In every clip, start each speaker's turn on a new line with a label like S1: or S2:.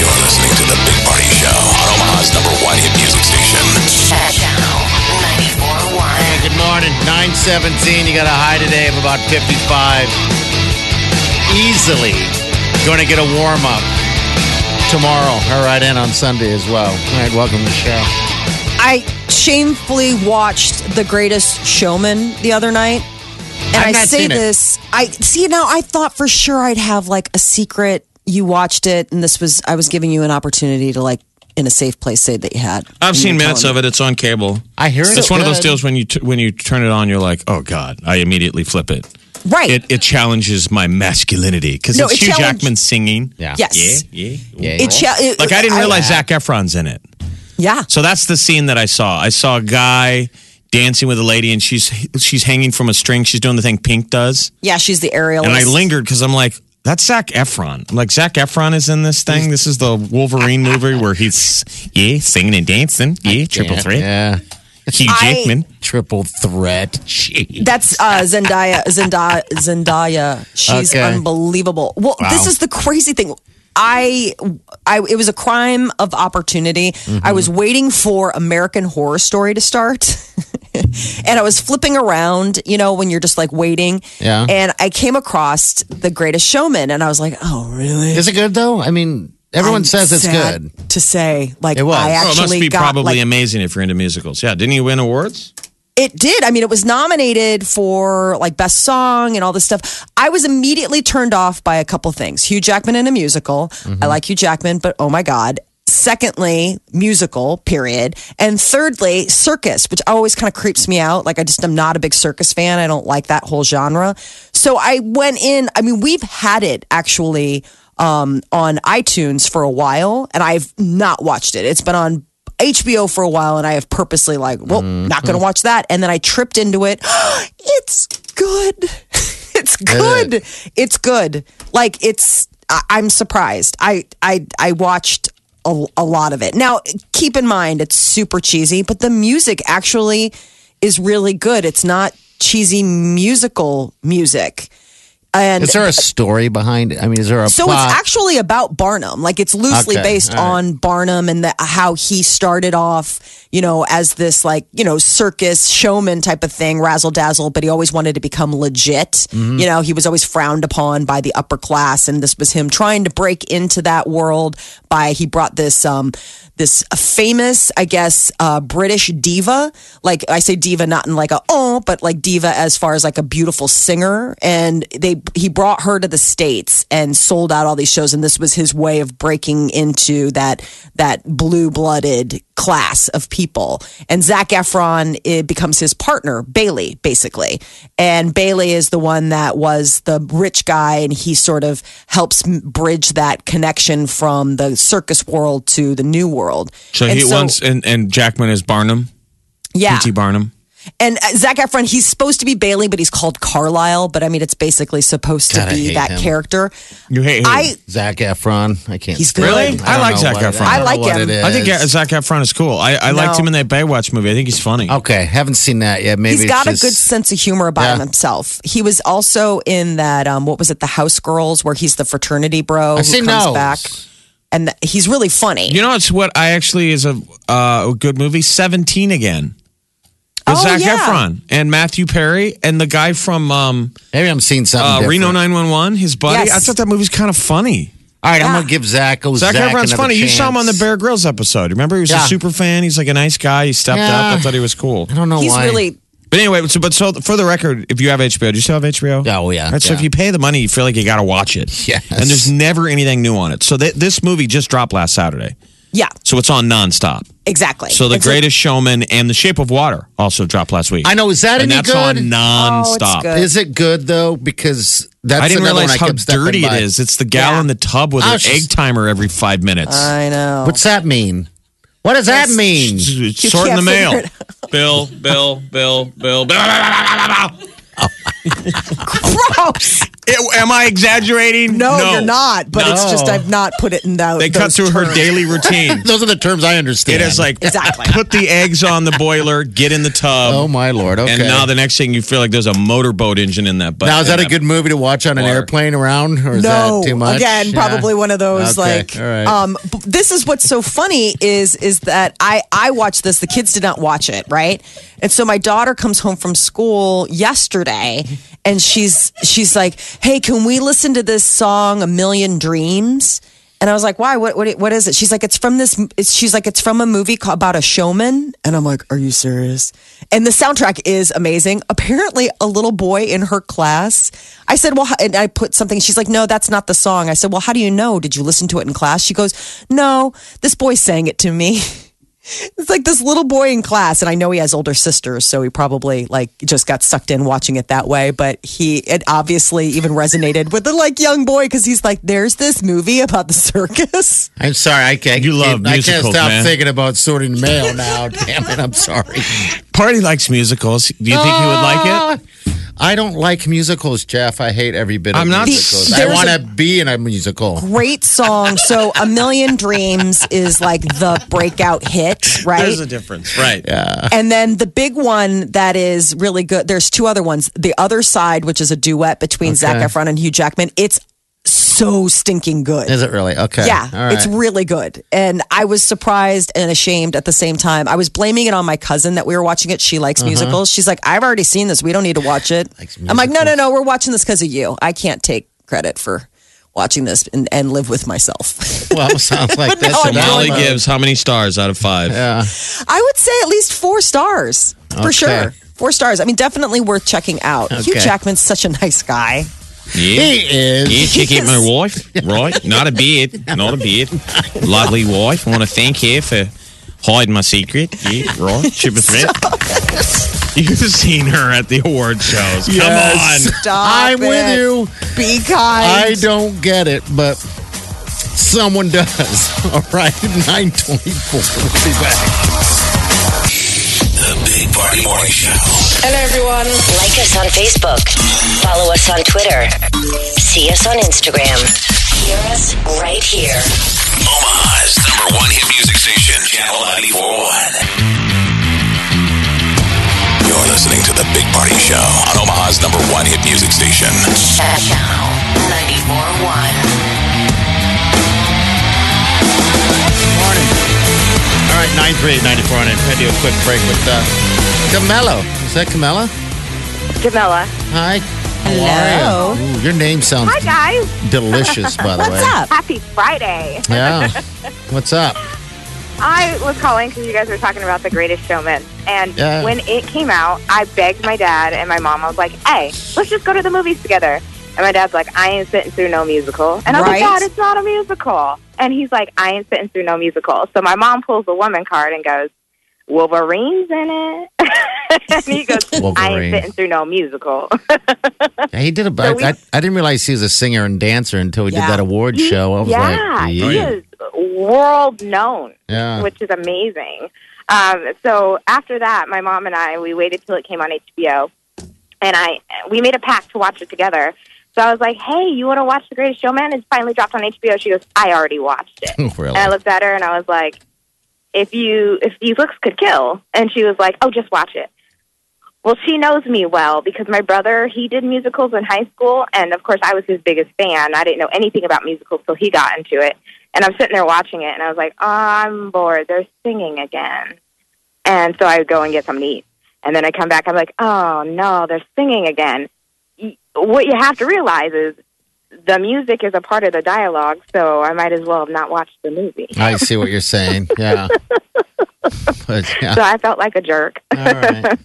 S1: You're listening to The Big Party Show on Omaha's number one hit music station.
S2: Channel 94.1.
S3: Hey, good morning. 917. You got a high today of about 55. Easily going to get a warm up tomorrow. All right, and on Sunday as well. All right, welcome to the show.
S4: I shamefully watched The Greatest Showman the other night. And
S3: I've
S4: I
S3: not
S4: say
S3: seen it.
S4: this, I see now I thought for sure I'd have like a secret you watched it and this was I was giving you an opportunity to like in a safe place say that you had.
S5: I've seen minutes of it. It's on cable.
S3: I hear it.
S5: It's one of those
S3: Good.
S5: deals when you t- when you turn it on, you're like, oh god! I immediately flip it.
S4: Right.
S5: It it challenges my masculinity because
S4: No,
S5: it's
S4: it
S5: Hugh
S4: challenge-
S5: Jackman singing.
S3: Yeah.
S4: yes.
S5: yeah,
S3: Yeah,
S4: It, cha- it-
S5: Like I didn't realize Zach Efron's in it.
S4: Yeah.
S5: So that's the scene that I saw. I saw a guy dancing with a lady, and she's she's hanging from a string. She's doing the thing Pink does,
S4: Yeah, she's the aerialist.
S5: and I lingered because I'm like. That's Zach Efron. I'm like Zach Efron is in this thing. This is the Wolverine movie where he's yeah singing and dancing. Yeah, triple
S3: Yeah,
S5: threat.
S3: Yeah.
S5: Hugh
S4: I-
S5: Jackman.
S3: Triple threat. Gee.
S4: That's uh, Zendaya. Zendaya. Zendaya. She's
S3: Okay.
S4: unbelievable. Well, this
S3: Wow.
S4: is the crazy thing. I, I, it was a crime of opportunity.
S3: Mm-hmm.
S4: I was waiting for American Horror Story to start, and I was flipping around. You know, when you're just like waiting.
S3: Yeah.
S4: And I came across The Greatest Showman, and I was like, Oh, really?
S3: Is it good though? I mean, everyone
S4: I'm
S3: says it's
S4: sad
S3: good.
S4: to say. Like
S3: It was.
S4: I
S5: Oh,
S4: actually
S5: it must be
S4: got
S5: probably
S4: like,
S5: amazing if you're into musicals. Yeah, didn't you win awards?
S4: It did. I mean, it was nominated for like best song and all this stuff. I was immediately turned off by a couple things. Hugh Jackman in a musical. I like Hugh Jackman, but oh my God. Secondly, musical, period. And thirdly, circus, which always kind of creeps me out. Like, I just am not a big circus fan. I don't like that whole genre. So I went in, I mean, we've had it actually um, on iTunes for a while, and I've not watched it. It's been on HBO for a while, and I have purposely like, well, not going to watch that. And then I tripped into it. it's good. it's good. It's good. Like it's. I, I'm surprised. I I I watched. A, a lot of it. Now, keep in mind, it's super cheesy, but the music actually is really good. It's not cheesy musical music. And
S3: Is there a story behind it? I mean, is there a
S4: so
S3: plot?
S4: it's actually about Barnum. Like it's loosely
S3: Okay,
S4: based
S3: all right.
S4: on Barnum and the, how he started off, you know, as this like, you know, circus showman type of thing, razzle dazzle, but he always wanted to become legit.
S3: Mm-hmm.
S4: You know, he was always frowned upon by the upper class. And this was him trying to break into that world by, he brought this, um, this famous, I guess, uh, British diva. Like I say diva, not in like a oh, but like diva as far as like a beautiful singer. And they he brought her to the states and sold out all these shows. And this was his way of breaking into that that blue blooded class of people. And Zach Efron it becomes his partner Bailey, basically. And Bailey is the one that was the rich guy, and he sort of helps m- bridge that connection from the circus world to the new world.
S5: So
S4: And
S5: he wants and, and Jackman is Barnum,
S4: yeah.
S5: P.T. Barnum.
S4: And uh, Zac Efron, he's supposed to be Bailey, but he's called Carlisle. But I mean, it's basically supposed
S3: God, I
S4: to be
S3: hate
S4: that
S3: him.
S4: character.
S5: You hate who?
S4: I
S3: Zac Efron. I can't.
S4: He's
S3: stand
S4: Really?
S3: him.
S5: I
S3: don't
S5: like
S3: know
S5: Zac
S3: what it-
S5: Efron.
S3: I,
S4: I
S3: don't know
S4: like
S3: what
S4: him.
S3: it
S5: I think
S3: is.
S5: Zach Efron is cool. I, I liked
S4: No.
S5: him in that Baywatch movie. I think he's funny.
S3: Okay, haven't seen that yet. Maybe
S4: he's
S3: it's
S4: got a
S3: just-
S4: good sense of humor
S3: Yeah.
S4: about himself. He was also in that um, what was it, the House Girls, where he's the fraternity bro
S3: I've
S4: who
S3: seen
S4: comes
S3: those.
S4: back, and th- he's really funny.
S5: You know it's what I actually is a uh, a good movie. Seventeen again with
S4: Oh,
S5: Zach
S4: yeah.
S5: Efron and Matthew Perry and the guy from um,
S3: Maybe I'm seeing something.
S5: uh,
S3: different.
S5: Reno Nine One One. His buddy.
S4: Yes.
S5: I thought that movie's kind of funny.
S3: All right, I'm
S4: Yeah.
S3: gonna give Zach. Oh,
S5: Ah. Zach,
S3: Zach,
S5: Efron's
S3: another
S5: funny. You saw him on the
S3: chance.
S5: Bear Grylls episode. Remember, he was
S3: Yeah.
S5: a super fan. He's like a nice guy. He stepped
S3: Yeah.
S5: up. I thought he was cool.
S3: I don't know
S4: he's
S3: why.
S4: really
S5: But anyway, so, but so for the record, if you have HBO, do you still have HBO?
S3: Oh, yeah,
S5: All right, So
S3: yeah.
S5: if you pay the money, you feel like you got to watch it.
S3: Yes.
S5: And there's never anything new on it. So th- this movie just dropped last Saturday.
S4: Yeah.
S5: So it's on nonstop.
S4: Exactly.
S5: So the
S4: It's like-
S5: Greatest Showman and The Shape of Water also dropped last week.
S3: I know, is that
S5: and
S3: any
S5: that's on
S3: good?
S5: nonstop.
S4: good.
S3: Is it good though? Because that's
S5: I didn't
S3: another
S5: realize
S3: one I
S5: how
S3: kept stepping
S5: dirty
S3: by.
S5: it is. It's the gal
S4: Yeah.
S5: in the tub with
S3: I
S5: an
S3: was just-
S5: egg timer every five minutes.
S3: Uh,
S4: I know.
S3: What's that mean? What does that mean?
S5: Sorting the
S4: Mm. can't
S5: mail.
S4: figure it
S5: Bill, Bill, Bill, Bill, Bill.
S4: gross?
S5: Am I exaggerating?
S4: No, you're not. But it's just
S3: No.
S4: I've not put it in that.
S5: They cut through her daily routine.
S3: Those are the terms I understand.
S5: It is like
S4: Exactly.
S5: put the eggs on the boiler, get in the tub,
S3: oh my lord. Okay.
S5: and now the next thing you feel like there's a motorboat engine in that. But
S3: Now, is that a good movie to watch on an
S5: Water.
S3: airplane around, or is
S4: no,
S3: that too much?
S4: again,
S3: Yeah.
S4: probably one of those
S3: Okay,
S4: like.
S3: all right.
S4: Um, b- this is what's so funny is is that I I watched this. The kids did not watch it, right? And so my daughter comes home from school yesterday, and she's she's like, "Hey, can we listen to this song, A Million Dreams?" And I was like, "Why? What? What? What is it?" She's like, "It's from this." m- It's, she's like, "It's from a movie ca- about a showman." And I'm like, "Are you serious?" And the soundtrack is amazing. Apparently, a little boy in her class. I said, "Well," h- and I put something. She's like, "No, that's not the song." I said, "Well, how do you know? Did you listen to it in class?" She goes, "No, this boy sang it to me." It's like this little boy in class, and I know he has older sisters, so he probably like just got sucked in watching it that way. But he, it obviously even resonated with the like young boy because he's like, "There's this movie about the circus."
S3: I'm sorry, I can't.
S5: You love
S3: I can't
S5: musicals,
S3: stop
S5: man.
S3: thinking about sorting mail now. Damn it, I'm sorry.
S5: Party likes musicals. Do you think he would like it?
S3: Uh, I don't like musicals, Jeff. I hate every bit of
S5: I'm not-
S3: musicals.
S4: There's
S3: I
S4: a-
S3: want to be in a musical.
S4: Great song. So, "A Million Dreams" is like the breakout hit, right?
S5: There's a difference, right? Yeah.
S4: And then the big one that is really good. There's two other ones. The other side, which is a duet between Zac Efron and Hugh Jackman, it's so stinking good.
S3: Is it really? Okay.
S4: Yeah,
S3: All right.
S4: it's really good. And I was surprised and ashamed at the same time. I was blaming it on my cousin that we were watching it. She
S3: Uh-huh.
S4: likes musicals. She's like, I've already seen this. We don't need to watch it. I'm like, no, no, no. We're watching this because of you. I can't take credit for watching this and, and live with myself.
S3: well, it sounds like this.
S4: now
S3: and
S4: I'm
S3: that.
S5: Molly gives how many stars out of five?
S3: Yeah.
S4: I would say at least four stars for
S3: Okay.
S4: sure. Four stars. I mean, definitely worth checking out. Hugh
S3: Okay.
S4: Jackman's such a nice guy.
S5: Yeah.
S3: He is.
S5: Yeah, check out my wife, right? Not a beard, not a beard. Lovely wife. want to thank her for hiding my secret. Yeah, right. Super threat. You've seen her at the award shows. Come
S3: Yes.
S5: on.
S4: Stop
S3: I'm with
S4: it.
S3: you.
S4: Be
S3: I
S4: kind.
S3: don't get it, but someone does. All right, 924. We'll be back.
S1: The Big Party Morning Show.
S2: Hello, everyone. Like us on Facebook. Follow us on Twitter. See us on Instagram. Hear us right here.
S1: Omaha's number one hit music station, Channel 941. You're listening to The Big Party Show on Omaha's number one hit music station.
S2: Channel 94.1.
S3: Morning. All right, 938 94 I'm going to do a quick break with uh, Camelo. Is that Camela?
S6: Jamela.
S3: Hi. Hello. You? Ooh, your name sounds
S6: Hi, guys.
S3: delicious, by the way.
S4: What's up?
S6: Happy Friday.
S3: Yeah. What's up?
S6: I was calling because you guys were talking about The Greatest Showman. And
S3: Yeah.
S6: when it came out, I begged my dad and my mom. I was like, hey, let's just go to the movies together. And my dad's like, I ain't sitting through no musical. And I'm
S4: Right.
S6: like, Dad, it's not a musical. And he's like, I ain't sitting through no musical. So my mom pulls the woman card and goes, Wolverine's in it. and he goes, I
S3: Wolverine.
S6: ain't sitting through no musical.
S3: Yeah, He did a. I
S6: So we-
S3: I, I didn't realize he was a singer and dancer until we
S4: Yeah.
S3: did that award show. I was
S6: yeah,
S3: like,
S6: he
S3: yeah.
S6: is world known.
S3: Yeah.
S6: which is amazing. Um, so after that, my mom and I we waited till it came on HBO, and I we made a pact to watch it together. So I was like, "Hey, you want to watch The Greatest Showman?" It's finally dropped on HBO. She goes, "I already watched it."
S3: really?
S6: And I looked at her and I was like, "If you if these looks could kill," and she was like, "Oh, just watch it." Well, she knows me well because my brother he did musicals in high school, and of course I was his biggest fan. I didn't know anything about musicals till he got into it, and I'm sitting there watching it, and I was like, oh, "I'm bored. They're singing again," and so I would go and get something to eat, and then I come back. I'm like, "Oh no, they're singing again." Y- What you have to realize is the music is a part of the dialogue, so I might as well have not watched the movie.
S3: I see what you're saying. Yeah. But, yeah.
S6: So I felt like a jerk.
S3: All right.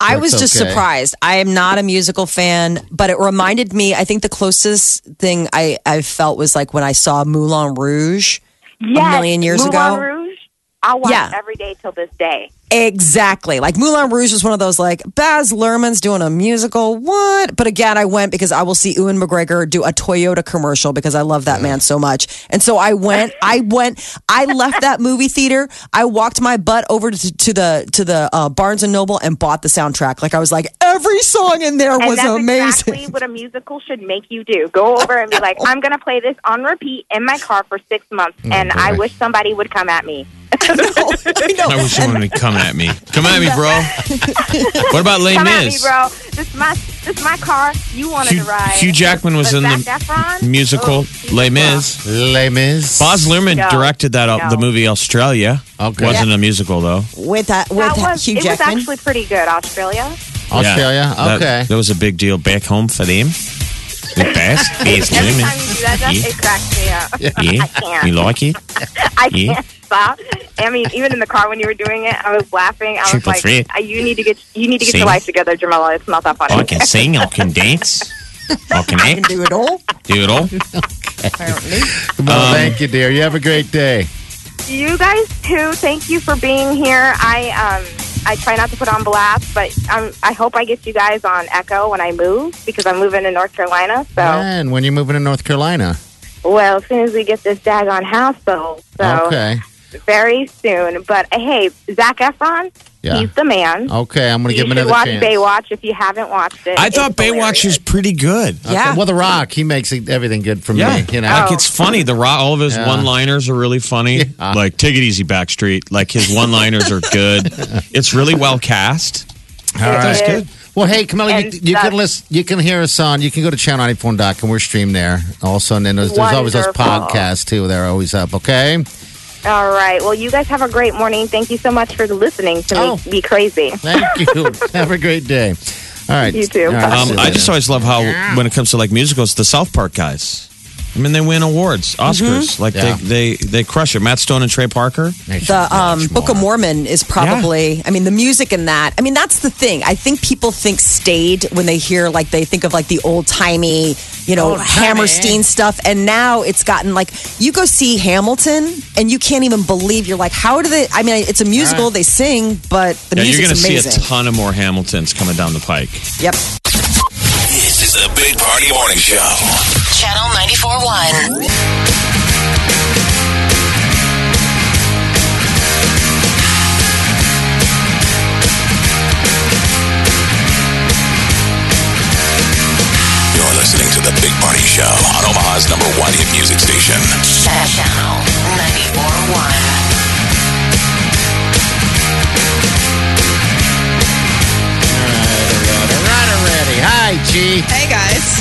S4: I
S3: That's
S4: was just
S3: okay.
S4: surprised. I am not a musical fan, but it reminded me. I think the closest thing I, I felt was like when I saw Moulin Rouge.
S6: Yes,
S4: million years
S6: Moulin
S4: ago?
S6: Rouge. I'll watch
S4: Yeah.
S6: every day till this day.
S4: Exactly. Like Moulin Rouge was one of those like Baz Luhrmann's doing a musical. What? But again, I went because I will see Ewan McGregor do a Toyota commercial because I love that man so much. And so I went. I went. I left that movie theater. I walked my butt over to, to the to the uh, Barnes and Noble and bought the soundtrack. Like I was like every song in there
S6: And
S4: was
S6: that's
S4: amazing.
S6: exactly what a musical should make you do. Go over and be like, I'm going to play this on repeat in my car for six months,
S5: Oh,
S6: and I wish somebody would come at me.
S4: I know.
S5: I wish someone would come at me. Come at me, bro. What about Les
S6: Come at me,
S5: Mis?
S6: bro. This is my this is my car. You wanted
S5: Hugh,
S6: to ride.
S5: Hugh Jackman was
S6: But
S5: in
S6: Zac Efron?
S5: the musical
S6: Oh, he's
S5: Les
S6: rough.
S5: Mis.
S3: Les Mis.
S5: Boz Luhrmann
S6: No,
S5: directed that uh,
S6: no.
S5: the movie Australia.
S3: Okay.
S5: Wasn't a musical though.
S4: with that with
S6: That was,
S4: Hugh
S6: it was
S4: Jackman.
S6: actually pretty good, Australia.
S3: Australia.
S5: That-
S3: Okay.
S5: That, was a big deal back home for them. The best. Baz
S6: Every
S5: Luhrmann.
S6: time you do that, that's
S5: Yeah.
S6: exactly yeah. I
S5: Yeah.
S6: can't.
S5: You like it?
S6: I
S5: Yeah.
S6: can't stop. I mean, even in the car when you were doing it, I was laughing. I was
S5: Triple
S6: like,
S5: threat.
S6: "Uh, "You need to get you need to get
S5: See? Oh,
S6: your life together, Jamila. It's not that funny."
S5: I can sing, I can dance, I can
S4: I can
S5: act,
S4: do it all.
S5: do it all.
S4: Apparently.
S3: Well,
S5: um,
S3: thank you, dear. You have a great day.
S6: You guys too. Thank you for being here. I um I try not to put on blast, but um, I hope I get you guys on Echo when I move because I'm moving to North Carolina. So
S3: And when you're moving to North Carolina.
S6: well, as soon as we get this daggone house sold, so
S3: Okay.
S6: very soon. But uh, hey, Zach Efron,
S3: Yeah.
S6: he's the man.
S3: Okay, I'm going to
S6: you
S3: give him
S6: should
S3: another
S6: watch
S3: chance.
S6: Baywatch if you haven't watched it.
S5: I thought
S6: It's
S5: Baywatch
S6: hilarious.
S5: was pretty good.
S3: Okay,
S4: Yeah.
S3: Well, The Rock, he makes it- everything good for me. You know.
S6: Oh,
S5: like it's funny. The raw, all of his
S3: Yeah.
S5: one-liners are really funny. Like take it easy, Backstreet. Like his one-liners are good. It's really well cast.
S3: All right.
S6: It is.
S3: Well, hey, Camilla, you,
S6: And
S3: you
S6: that-
S3: can listen. You can hear us on. You can go to channel94.doc and we're streamed there. Also, and then there's, there's always those
S6: Wonderful.
S3: podcasts too. They're always up. Okay.
S6: All right. Well, you guys have a great morning. Thank you so much for listening to
S3: Oh.
S6: me be crazy.
S3: Thank you. Have a great day. All right.
S6: You too.
S3: All right,
S5: Um,
S3: see you
S5: I
S3: later.
S5: just always love how when it comes to like musicals, the South Park guys. I mean, they win awards,
S4: Mm-hmm.
S5: Oscars. Like
S3: Yeah.
S5: they, they they crush it. Matt Stone and Trey Parker.
S4: the um, Book of Mormon is probably.
S5: Yeah.
S4: I mean, the music in that. I mean, that's the thing. I think people think stayed when they hear like they think of like the old timey, you know,
S3: Old-timey.
S4: Hammerstein stuff, and now it's gotten like you go see Hamilton and you can't even believe you're like, how do they? I mean, it's a musical. They sing, but the
S5: Yeah, you're
S4: music's
S5: going to see a
S4: amazing.
S5: ton of more Hamiltons coming down the pike.
S4: Yep.
S1: This is the Big Party Morning Show.
S2: Channel 941.
S1: You're listening to the Big Party Show on Omaha's number one hit music station.
S2: Channel 941.
S3: All right already. Hi, G.
S7: Hey guys.